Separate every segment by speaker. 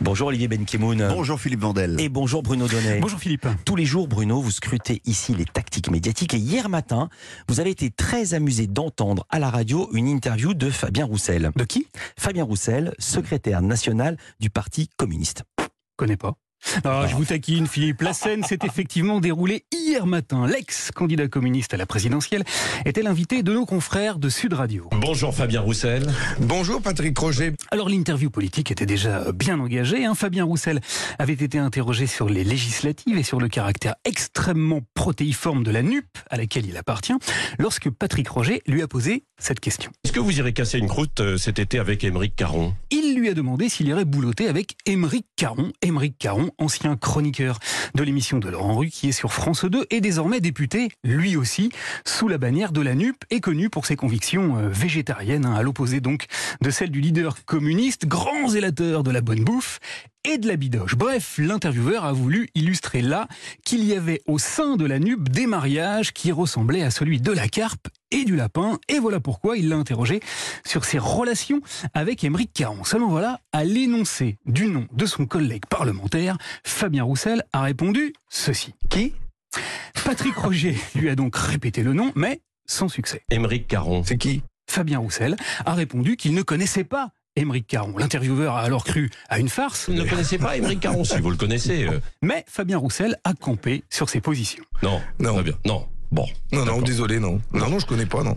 Speaker 1: Bonjour Olivier Benkemoun.
Speaker 2: Bonjour Philippe Vandel.
Speaker 1: Et bonjour Bruno Donnet.
Speaker 3: Bonjour Philippe.
Speaker 1: Tous les jours, Bruno, vous scrutez ici les tactiques médiatiques. Et hier matin, vous avez été très amusé d'entendre à la radio une interview de Fabien Roussel.
Speaker 3: De qui
Speaker 1: Fabien Roussel, secrétaire national du Parti communiste.
Speaker 3: Connais pas. Non, Ah, je vous taquine, Philippe. La scène s'est effectivement déroulée hier matin. L'ex-candidat communiste à la présidentielle était l'invité de nos confrères de Sud Radio.
Speaker 4: Bonjour Fabien Roussel.
Speaker 5: Bonjour Patrick Roger.
Speaker 3: Alors l'interview politique était déjà bien engagée. hein. Fabien Roussel avait été interrogé sur les législatives et sur le caractère extrêmement protéiforme de la NUP à laquelle il appartient, lorsque Patrick Roger lui a posé cette question.
Speaker 4: Est-ce que vous irez casser une croûte euh, cet été avec Émeric Caron
Speaker 3: il lui a demandé s'il irait boulotter avec Émeric Caron. Émeric Caron, ancien chroniqueur de l'émission de Laurent Rue qui est sur France 2 et désormais député, lui aussi, sous la bannière de la NUP et connu pour ses convictions euh, végétariennes, hein, à l'opposé donc de celle du leader communiste, grand zélateur de la bonne bouffe et de la bidoche. Bref, l'intervieweur a voulu illustrer là qu'il y avait au sein de la NUP des mariages qui ressemblaient à celui de la carpe et du lapin, et voilà pourquoi il l'a interrogé sur ses relations avec Émeric Caron. Seulement voilà, à l'énoncé du nom de son collègue parlementaire, Fabien Roussel a répondu ceci.
Speaker 5: Qui
Speaker 3: Patrick Roger lui a donc répété le nom, mais sans succès.
Speaker 4: Émeric Caron.
Speaker 5: C'est qui
Speaker 3: Fabien Roussel a répondu qu'il ne connaissait pas Émeric Caron. L'intervieweur a alors cru à une farce,
Speaker 4: Vous ne connaissez pas Émeric Caron Si vous le connaissez, euh,
Speaker 3: mais Fabien Roussel a campé sur ses positions.
Speaker 4: non.
Speaker 5: Non.
Speaker 4: Très bien. Non. Bon.
Speaker 5: Non, non,
Speaker 4: D'accord.
Speaker 5: désolé, non. Non, non, je connais pas, non.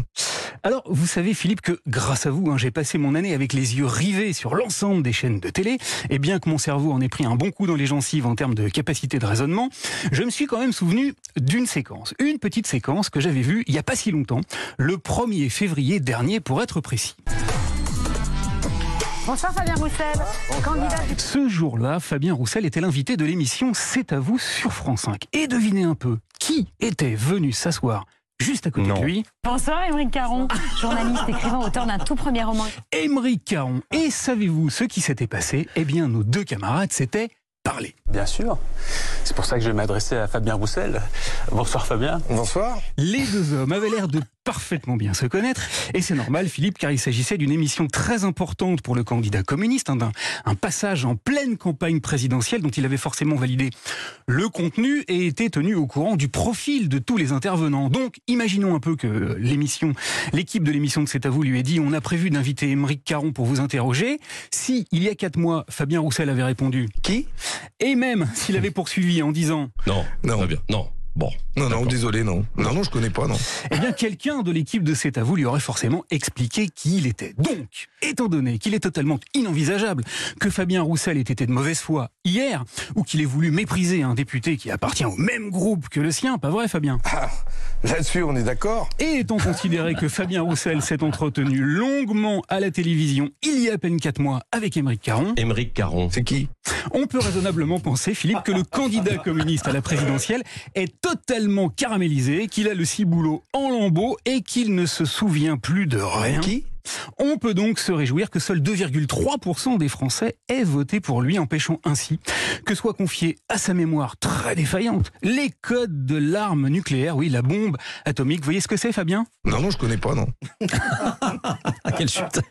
Speaker 3: Alors, vous savez, Philippe, que grâce à vous, hein, j'ai passé mon année avec les yeux rivés sur l'ensemble des chaînes de télé, et bien que mon cerveau en ait pris un bon coup dans les gencives en termes de capacité de raisonnement, je me suis quand même souvenu d'une séquence, une petite séquence que j'avais vue il n'y a pas si longtemps, le 1er février dernier pour être précis.
Speaker 6: Bonsoir Fabien Roussel, candidat du
Speaker 3: Ce jour-là, Fabien Roussel était l'invité de l'émission C'est à vous sur France 5. Et devinez un peu, qui était venu s'asseoir juste à côté
Speaker 1: Non.
Speaker 3: de lui
Speaker 6: Bonsoir Émeric Caron, journaliste, écrivain, auteur d'un tout premier roman.
Speaker 3: Émeric Caron. Et savez-vous ce qui s'était passé Eh bien, nos deux camarades s'étaient parlé.
Speaker 7: Bien sûr. C'est pour ça que je vais m'adresser à Fabien Roussel. Bonsoir Fabien.
Speaker 5: Bonsoir.
Speaker 3: Les deux hommes avaient l'air de parfaitement bien se connaître, et c'est normal, Philippe, car il s'agissait d'une émission très importante pour le candidat communiste, hein, d'un un passage en pleine campagne présidentielle dont il avait forcément validé le contenu et était tenu au courant du profil de tous les intervenants. Donc, imaginons un peu que l'émission, l'équipe de l'émission de C'est à vous lui ait dit on a prévu d'inviter Émeric Caron pour vous interroger. Si, il y a quatre mois, Fabien Roussel avait répondu,
Speaker 5: Qui
Speaker 3: et même s'il avait poursuivi en disant
Speaker 4: Non.
Speaker 5: Non.
Speaker 4: Très bien. Non. Bon.
Speaker 5: Non, non,
Speaker 4: D'accord.
Speaker 5: désolé, non. Non, non, je connais pas, non.
Speaker 3: Eh bien, quelqu'un de l'équipe de C'est à vous lui aurait forcément expliqué qui il était. Donc, étant donné qu'il est totalement inenvisageable que Fabien Roussel ait été de mauvaise foi hier, ou qu'il ait voulu mépriser un député qui appartient au même groupe que le sien, pas vrai Fabien
Speaker 5: Ah, Là-dessus, on est d'accord.
Speaker 3: Et étant considéré que Fabien Roussel s'est entretenu longuement à la télévision il y a à peine 4 mois avec Émeric Caron,
Speaker 4: Émeric Caron.
Speaker 5: C'est qui
Speaker 3: on peut raisonnablement penser, Philippe, que le candidat communiste à la présidentielle est totalement caramélisé, qu'il a le ciboulot en lambeaux et qu'il ne se souvient plus de rien.
Speaker 5: Qui
Speaker 3: On peut donc se réjouir que seuls 2,3% des Français aient voté pour lui, empêchant ainsi que soient confiés à sa mémoire très défaillante les codes de l'arme nucléaire, oui, la bombe atomique. Vous voyez ce que c'est, Fabien
Speaker 5: Non, non, je connais pas, non.
Speaker 1: Ah, quelle chute